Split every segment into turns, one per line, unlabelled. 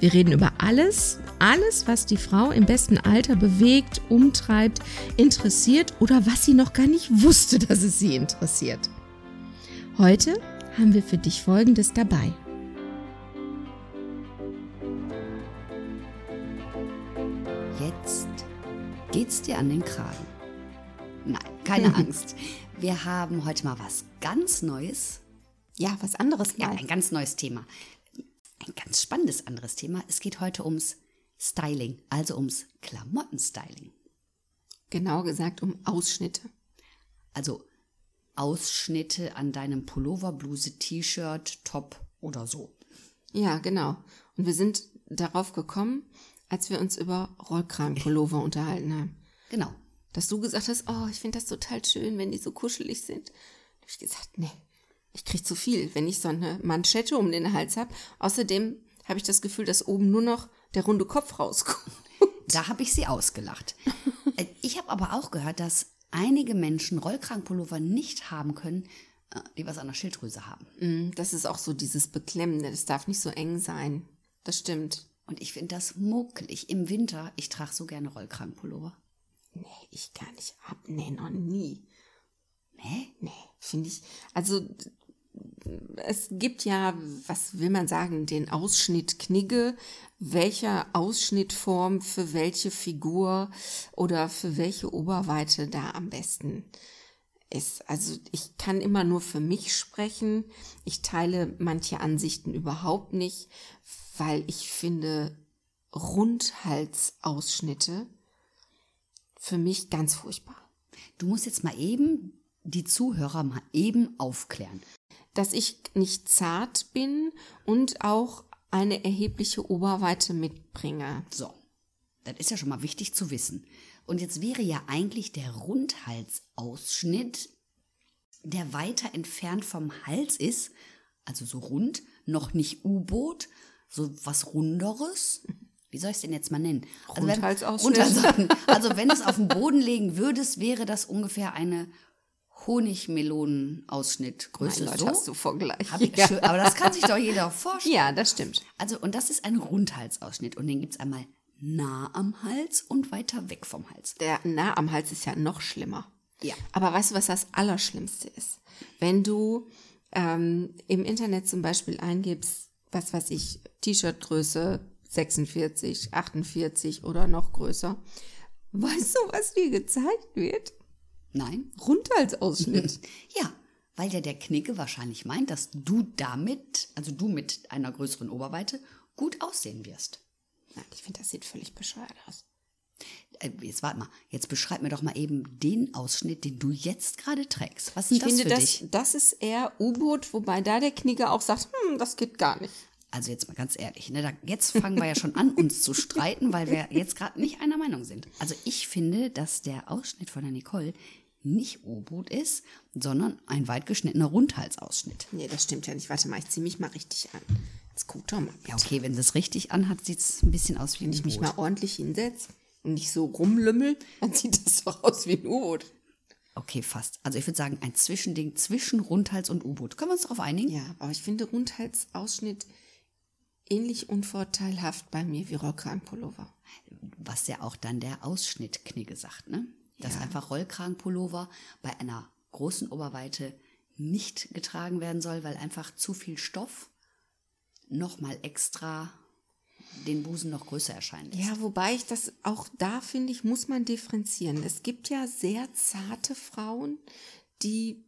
Wir reden über alles, alles, was die Frau im besten Alter bewegt, umtreibt, interessiert oder was sie noch gar nicht wusste, dass es sie interessiert. Heute haben wir für dich Folgendes dabei.
Jetzt geht's dir an den Kragen. Nein, keine Angst. Wir haben heute mal was ganz Neues.
Ja, was anderes
Ja,
mal.
ein ganz neues Thema. Ein ganz spannendes anderes Thema. Es geht heute ums Styling, also ums Klamottenstyling.
Genau gesagt um Ausschnitte.
Also Ausschnitte an deinem Pullover, Bluse, T-Shirt, Top oder so.
Ja, genau. Und wir sind darauf gekommen, als wir uns über Rollkragenpullover unterhalten haben.
Genau.
Dass du gesagt hast, oh, ich finde das total schön, wenn die so kuschelig sind. Da habe ich gesagt, nee, ich krieg zu viel, wenn ich so eine Manschette um den Hals habe. Außerdem habe ich das Gefühl, dass oben nur noch der runde Kopf rauskommt.
Da habe ich sie ausgelacht. Äh, ich habe aber auch gehört, dass einige Menschen Rollkragenpullover nicht haben können, äh, die was an der Schilddrüse haben.
Mm, Das ist auch so dieses Beklemmende, das darf nicht so eng sein. Das stimmt.
Und ich finde das muckelig. Im Winter, ich trage so gerne Rollkragenpullover.
Nee, ich gar nicht ab. Nee, noch nie.
Nee?
Nee, finde ich. Also d- es gibt ja, was will man sagen, den Ausschnitt Knigge, welcher Ausschnittform für welche Figur oder für welche Oberweite da am besten ist. Also ich kann immer nur für mich sprechen. Ich teile manche Ansichten überhaupt nicht, weil ich finde Rundhalsausschnitte für mich ganz furchtbar.
Du musst jetzt mal eben die Zuhörer mal eben aufklären.
dass ich nicht zart bin und auch eine erhebliche Oberweite mitbringe.
So, das ist ja schon mal wichtig zu wissen. Und jetzt wäre ja eigentlich der Rundhalsausschnitt, der weiter entfernt vom Hals ist, also so rund, noch nicht U-Boot, so was Runderes. Wie soll ich es denn jetzt mal nennen? Also wenn-
Rundhalsausschnitt.
Rundhals- also wenn du es auf den Boden legen würdest, wäre das ungefähr eine Honigmelonen-Ausschnittgröße.
Mein Gott,
so?
hast du Vergleich.
Hab ich,
Ja.
schön- Aber das kann sich doch jeder vorstellen.
Ja, das stimmt.
Also, und das ist ein Rundhalsausschnitt. Und den gibt es einmal nah am Hals und weiter weg vom Hals.
Der nah am Hals ist ja noch schlimmer.
Ja.
Aber weißt du, was das Allerschlimmste ist? Wenn du ähm, im Internet zum Beispiel eingibst, was weiß ich, T-Shirt-Größe 46, 48 oder noch größer, weißt du, was dir gezeigt wird?
Nein?
Rundhalsausschnitt.
Ja, weil ja der Knicke wahrscheinlich meint, dass du damit, also du mit einer größeren Oberweite, gut aussehen wirst.
Nein, ich finde, das sieht völlig bescheuert aus.
Äh, Jetzt warte mal, jetzt beschreib mir doch mal eben den Ausschnitt, den du jetzt gerade trägst. Was
Ich
ist denn das
finde,
für
das,
dich?
das ist eher U-Boot, wobei da der Knigge auch sagt, hm, das geht gar nicht.
Also jetzt mal ganz ehrlich, ne, da, jetzt fangen wir ja schon an, uns zu streiten, weil wir jetzt gerade nicht einer Meinung sind. Also ich finde, dass der Ausschnitt von der Nicole nicht U-Boot ist, sondern ein weit geschnittener Rundhalsausschnitt.
Nee, das stimmt ja nicht. Warte mal, ich ziehe mich mal richtig an. Jetzt guck doch mal.
Ja, okay, wenn sie es richtig anhat, sieht es ein bisschen aus wie ein
Wenn ich mich
U-Boot.
mal ordentlich hinsetze und nicht so rumlümmel, dann sieht das doch aus wie ein U-Boot.
Okay, fast. Also ich würde sagen, ein Zwischending zwischen Rundhals und U-Boot. Können wir uns darauf einigen?
Ja, aber ich finde Rundhalsausschnitt ähnlich unvorteilhaft bei mir wie Rollkragenpullover.
was ja auch dann der Ausschnittknigge sagt, ne? Dass einfach Rollkragenpullover bei einer großen Oberweite nicht getragen werden soll, weil einfach zu viel Stoff nochmal extra den Busen noch größer erscheinen lässt.
Ja, wobei ich das auch da finde, ich muss man differenzieren. Es gibt ja sehr zarte Frauen, die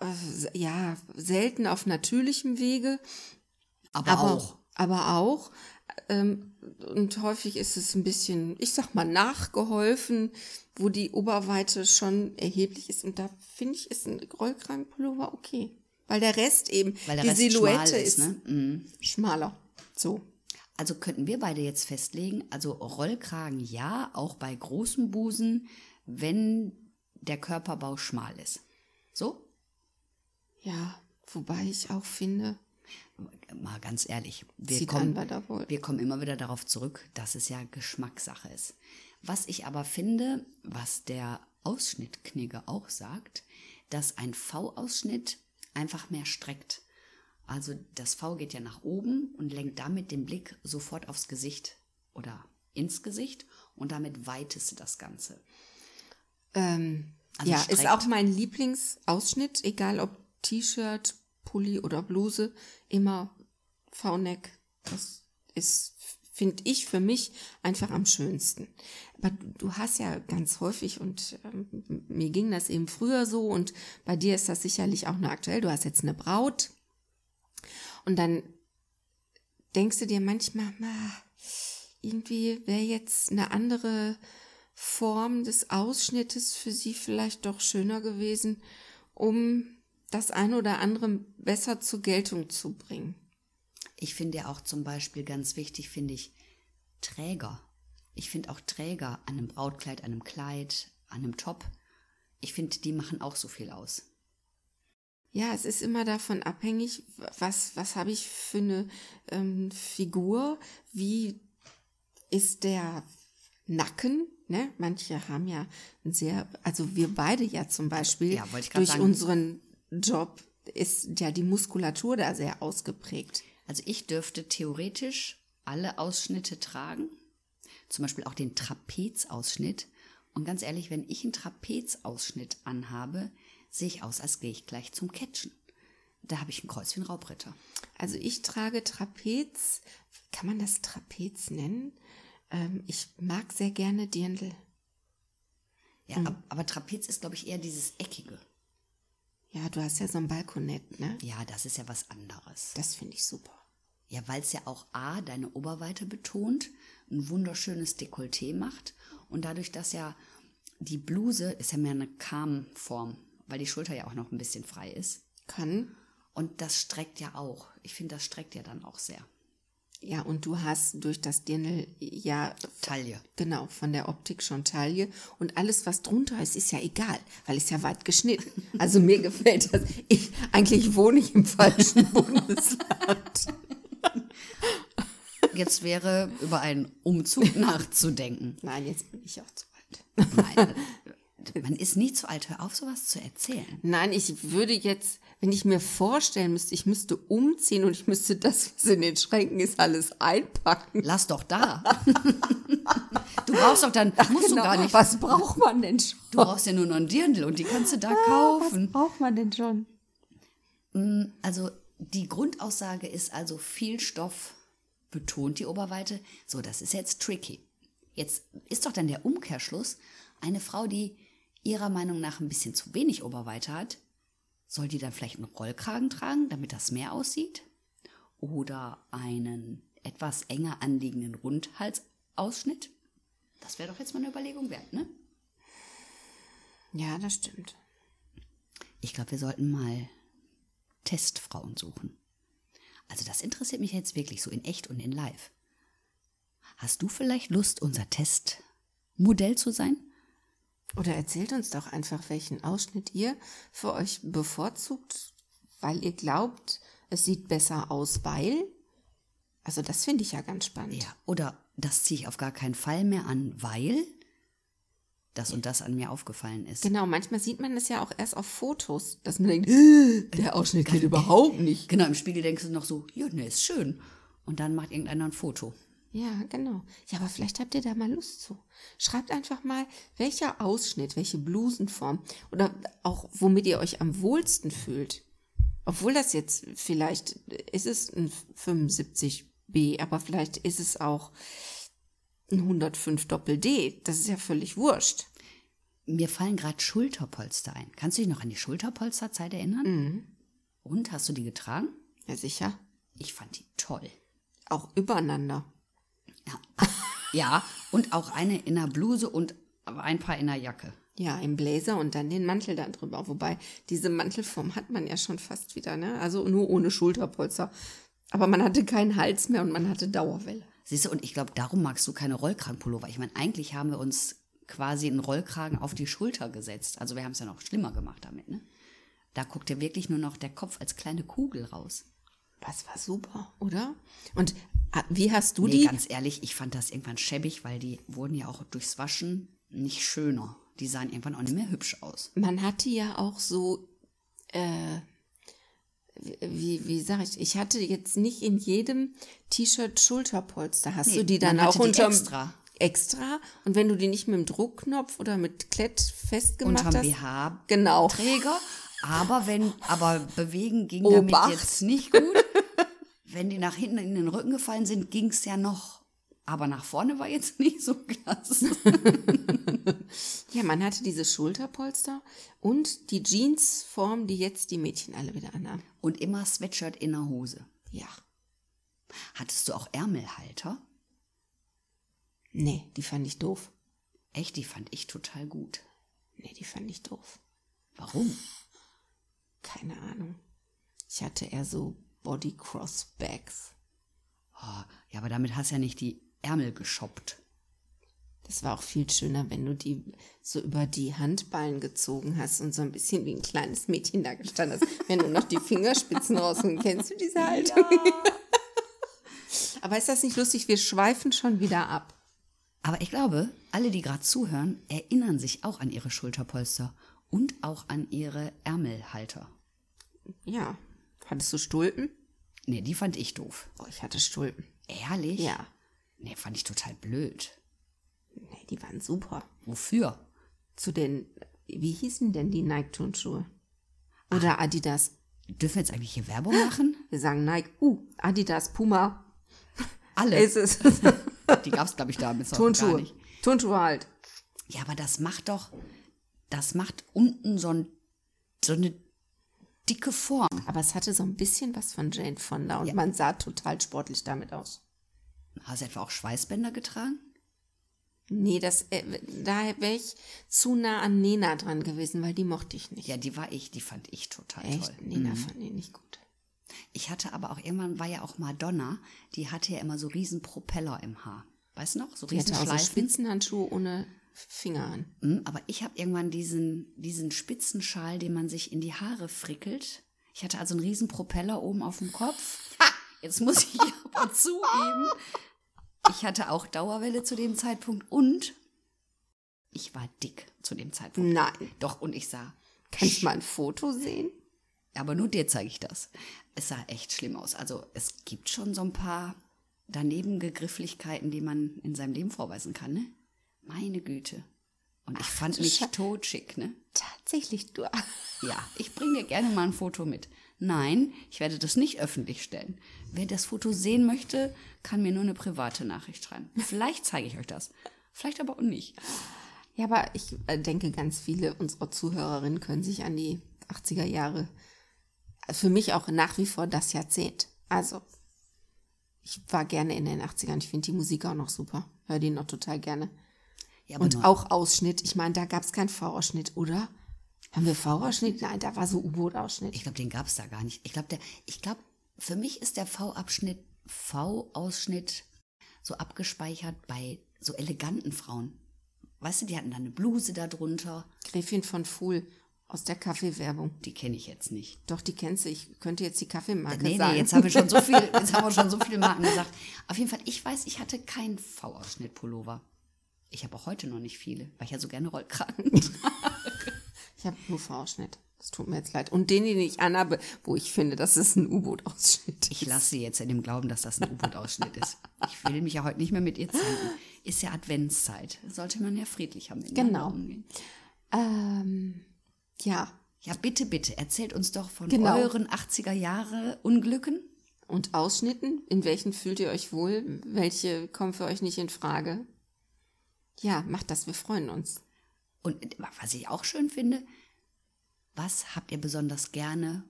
äh, ja selten auf natürlichem Wege,
aber,
aber
auch.
aber auch ähm, und häufig ist es ein bisschen, ich sag mal nachgeholfen, wo die Oberweite schon erheblich ist und da finde ich ist ein Rollkragenpullover okay, weil der Rest eben
Weil der
die
Rest ne?
Silhouette
schmal
ist
ist, ne? Mhm.
schmaler. So.
Also könnten wir beide jetzt festlegen, also Rollkragen ja, auch bei großem Busen, wenn der Körperbau schmal ist. So?
Ja, wobei ich auch finde,
Mal ganz ehrlich, wir
Sieht an,
kommen,
was er wollt.
wir kommen immer wieder darauf zurück, dass es ja Geschmackssache ist. Was ich aber finde, was der Ausschnittknigge auch sagt, dass ein V-Ausschnitt einfach mehr streckt. Also das V geht ja nach oben und lenkt damit den Blick sofort aufs Gesicht oder ins Gesicht und damit weitest du das Ganze.
ähm,
Also
ja,
streckt.
ist auch mein Lieblingsausschnitt, egal ob T-Shirt, Pulli oder Bluse, immer V-Neck. Das ist, finde ich, für mich einfach am schönsten. Aber du, du hast ja ganz häufig und ähm, mir ging das eben früher so und bei dir ist das sicherlich auch nur aktuell. Du hast jetzt eine Braut und dann denkst du dir manchmal, "Ma, irgendwie wäre jetzt eine andere Form des Ausschnittes für sie vielleicht doch schöner gewesen, um das ein oder andere besser zur Geltung zu bringen.
Ich finde ja auch zum Beispiel ganz wichtig, finde ich, Träger. Ich finde auch Träger an einem Brautkleid, an einem Kleid, an einem Top. Ich finde, die machen auch so viel aus.
Ja, es ist immer davon abhängig, was, was habe ich für eine ähm, Figur, wie ist der Nacken, ne? Manche haben ja ein sehr, also wir beide ja zum Beispiel,
Ja, wollte ich grad
durch
sagen.
unseren Job ist ja die Muskulatur da sehr ausgeprägt.
Also ich dürfte theoretisch alle Ausschnitte tragen, zum Beispiel auch den Trapezausschnitt. Und ganz ehrlich, wenn ich einen Trapezausschnitt anhabe, sehe ich aus, als gehe ich gleich zum Catchen. Da habe ich ein Kreuz wie ein Raubritter.
Also ich trage Trapez. Kann man das Trapez nennen? Ähm, ich mag sehr gerne Dirndl.
Ja, ab- aber Trapez ist, glaube ich, eher dieses Eckige.
Ja, du hast ja so ein Balkonett, ne?
Ja, das ist ja was anderes.
Das finde ich super.
Ja, weil es ja auch A, deine Oberweite betont, ein wunderschönes Dekolleté macht und dadurch, dass ja die Bluse ist ja mehr eine Karmform, weil die Schulter ja auch noch ein bisschen frei ist.
Kann.
Und das streckt ja auch. Ich finde, das streckt ja dann auch sehr.
Ja, und du hast durch das Dirndl ja
Taille.
Genau, von der Optik schon Taille. Und alles, was drunter ist, ist ja egal, weil es ja weit geschnitten. Also mir gefällt das. Ich, eigentlich wohne ich im falschen Bundesland.
Jetzt wäre über einen Umzug nachzudenken.
Nein, jetzt bin ich auch zu weit.
Nein, also, man ist nie zu alt, hör auf, sowas zu erzählen.
Nein, ich würde jetzt, wenn ich mir vorstellen müsste, ich müsste umziehen und ich müsste das, was in den Schränken ist, alles einpacken.
Lass doch da. Du brauchst doch dann, musst du
Genau,
gar nicht.
Was braucht man denn schon?
Du brauchst ja nur noch einen Dirndl und die kannst du da kaufen.
braucht man denn schon?
Also die Grundaussage ist also, viel Stoff betont die Oberweite. So, das ist jetzt tricky. Jetzt ist doch dann der Umkehrschluss, eine Frau, die ihrer Meinung nach ein bisschen zu wenig Oberweite hat, soll die dann vielleicht einen Rollkragen tragen, damit das mehr aussieht? Oder einen etwas enger anliegenden Rundhalsausschnitt? Das wäre doch jetzt mal eine Überlegung wert, ne?
Ja, das stimmt.
Ich glaube, wir sollten mal Testfrauen suchen. Also das interessiert mich jetzt wirklich so in echt und in live. Hast du vielleicht Lust, unser Testmodell zu sein?
Oder erzählt uns doch einfach, welchen Ausschnitt ihr für euch bevorzugt, weil ihr glaubt, es sieht besser aus, weil. Also das finde ich ja ganz spannend.
Oder das ziehe ich auf gar keinen Fall mehr an, weil das und das an mir aufgefallen ist.
Genau, manchmal sieht man das ja auch erst auf Fotos, dass man denkt, "Äh, der Ausschnitt geht überhaupt nicht.
Genau, im Spiegel denkst du noch so, ja, ne, ist schön. Und dann macht irgendeiner ein Foto.
Ja, genau. Ja, aber vielleicht habt ihr da mal Lust zu. Schreibt einfach mal, welcher Ausschnitt, welche Blusenform oder auch womit ihr euch am wohlsten fühlt. Obwohl das jetzt vielleicht ist es ein 75b, aber vielleicht ist es auch ein 105 Doppel D. Das ist ja völlig wurscht.
Mir fallen gerade Schulterpolster ein. Kannst du dich noch an die Schulterpolsterzeit erinnern? Und hast du die getragen?
Ja, sicher.
Ich fand die toll.
Auch übereinander.
Ja, und auch eine in der Bluse und ein paar in der Jacke.
Ja, im Blazer und dann den Mantel da drüber. Wobei, diese Mantelform hat man ja schon fast wieder, ne? Also nur ohne Schulterpolster. Aber man hatte keinen Hals mehr und man hatte Dauerwelle.
Siehst du, und ich glaube, darum magst du keine Rollkragenpullover. Ich meine, eigentlich haben wir uns quasi einen Rollkragen auf die Schulter gesetzt. Also wir haben es ja noch schlimmer gemacht damit, ne? Da guckt ja wirklich nur noch der Kopf als kleine Kugel raus.
Das war super, oder? Und ah, wie hast du
nee,
die?
ganz ehrlich, ich fand das irgendwann schäbig, weil die wurden ja auch durchs Waschen nicht schöner. Die sahen irgendwann auch nicht mehr hübsch aus.
man hatte ja auch so, äh, wie, wie sag ich, ich hatte jetzt nicht in jedem T-Shirt Schulterpolster. Hast
Nee,
du die dann
man
auch
hatte die
unterm,
extra.
extra? Und wenn du die nicht mit dem Druckknopf oder mit Klett festgemacht
Unterm
hast,
BH
genau.
Träger. Aber wenn, aber bewegen ging
Obacht.
damit jetzt nicht gut. Wenn die nach hinten in den Rücken gefallen sind, ging es ja noch. Aber nach vorne war jetzt nicht so klasse.
Ja, man hatte diese Schulterpolster und die Jeansform, die jetzt die Mädchen alle wieder anhaben.
Und immer Sweatshirt in der Hose.
Ja,
Hattest du auch Ärmelhalter?
nee, die fand ich doof.
Echt, die fand ich total gut.
Nee, die fand ich doof.
Warum?
Keine Ahnung. Ich hatte eher so Bodycross-Bags.
Oh, ja, aber damit hast du ja nicht die Ärmel geschoppt.
Das war auch viel schöner, wenn du die so über die Handballen gezogen hast und so ein bisschen wie ein kleines Mädchen da gestanden hast, wenn du noch die Fingerspitzen rausgehen. Kennst du diese Haltung? Aber ist das nicht lustig? Wir schweifen schon wieder ab.
Aber ich glaube, alle, die gerade zuhören, erinnern sich auch an ihre Schulterpolster und auch an ihre Ärmelhalter.
Ja. Hattest du Stulpen?
Nee, die fand ich doof.
Oh, ich hatte Stulpen.
Ehrlich?
Ja.
Nee, fand ich total blöd.
Nee, die waren super.
Wofür?
Zu den, wie hießen denn die Nike-Turnschuhe? Oder Adidas.
Dürfen wir jetzt eigentlich hier Werbung machen?
Wir sagen Nike. Uh, Adidas, Puma.
Alle.
Es ist
Die gab's, glaube ich, damals auch gar
Turnschuhe.
nicht.
Turnschuhe halt.
Ja, aber das macht doch, das macht unten so, ein, so eine dicke Form.
Aber es hatte so ein bisschen was von Jane Fonda und man sah total sportlich damit aus.
Hast du etwa auch Schweißbänder getragen?
Nee, das, äh, da wäre ich zu nah an Nena dran gewesen, weil die mochte ich nicht.
Ja, die war ich, die fand ich total
Echt?
toll. Mhm.
Nena fand ich nicht gut.
Ich hatte aber auch irgendwann war ja auch Madonna, die hatte ja immer so riesen Propeller im Haar. Weißt du noch? So
Die
riesen
hatte auch so
Schleifen.
Spitzenhandschuhe ohne Finger an.
Mm, aber ich habe irgendwann diesen, diesen Spitzenschal, den man sich in die Haare frickelt. Ich hatte also einen riesen Propeller oben auf dem Kopf. Ha! Jetzt muss ich aber zugeben, ich hatte auch Dauerwelle zu dem Zeitpunkt und ich war dick zu dem Zeitpunkt.
Nein.
Doch, und ich sah
Kann ich mal ein Foto sehen?
Aber nur dir zeige ich das. Es sah echt schlimm aus. Also es gibt schon so ein paar Danebengegrifflichkeiten, die man in seinem Leben vorweisen kann, ne? Meine Güte. Und ich fand
du
mich
Sche-
totschick, ne?
Tatsächlich, du.
Ja, ich bringe dir gerne mal ein Foto mit. Nein, ich werde das nicht öffentlich stellen. Wer das Foto sehen möchte, kann mir nur eine private Nachricht schreiben. Vielleicht zeige ich euch das. Vielleicht aber auch nicht.
Ja, aber ich äh, denke, ganz viele unserer Zuhörerinnen können sich an die 80er Jahre, äh, für mich auch nach wie vor das Jahrzehnt. Also, ich war gerne in den 80ern. Ich finde die Musik auch noch super. Hör die noch total gerne.
Ja, aber
Und
nur-
auch Ausschnitt. Ich meine, da gab es keinen V-Ausschnitt, oder? Haben wir V-Ausschnitt? Nein, da war so U-Boot-Ausschnitt.
Ich glaube, den gab es da gar nicht. Ich glaube, der, ich glaube, für mich ist der V-Abschnitt, V-Ausschnitt so abgespeichert bei so eleganten Frauen. Weißt du, die hatten dann eine Bluse darunter.
Gräfin von Fuhl aus der Kaffeewerbung.
Die kenne ich jetzt nicht.
Doch, die kennst du. Ich könnte jetzt die Kaffeemarke
Nee,
sagen.
nee, jetzt haben wir schon so viel, jetzt haben wir schon so viele Marken gesagt. Auf jeden Fall, ich weiß, ich hatte keinen V-Ausschnitt-Pullover. Ich habe auch heute noch nicht viele, weil ich ja so gerne Rollkragen.
Ich habe nur V-Ausschnitt. Das tut mir jetzt leid. Und den, den ich anhabe, wo ich finde, das ist ein U-Boot-Ausschnitt.
Ich lasse sie jetzt in dem Glauben, dass das ein U-Boot-Ausschnitt ist. Ich will mich ja heute nicht mehr mit ihr zanken. Ist ja Adventszeit. Sollte man ja friedlicher miteinander
Genau.
umgehen.
Ähm, ja.
Ja, bitte, bitte, erzählt uns doch von
Genau.
euren 80er Jahre Unglücken.
Und Ausschnitten? In welchen fühlt ihr euch wohl? Welche kommen für euch nicht in Frage? Ja, macht das. Wir freuen uns.
Und was ich auch schön finde, was habt ihr besonders gerne?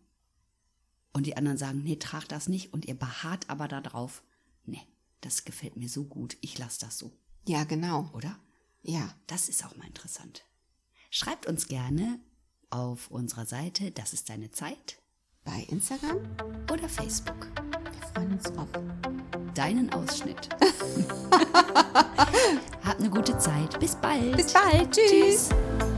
Und die anderen sagen, nee, trag das nicht. Und ihr beharrt aber da drauf. Nee, das gefällt mir so gut. Ich lasse das so,
Ja, genau.
oder?
Ja.
Das ist auch mal interessant. Schreibt uns gerne auf unserer Seite, das ist deine Zeit
Bei Instagram?
oder Facebook.
Wir freuen
ans Off.
Deinen Ausschnitt. Habt eine gute Zeit. Bis bald.
Bis bald. Tschüss.
Tschüss.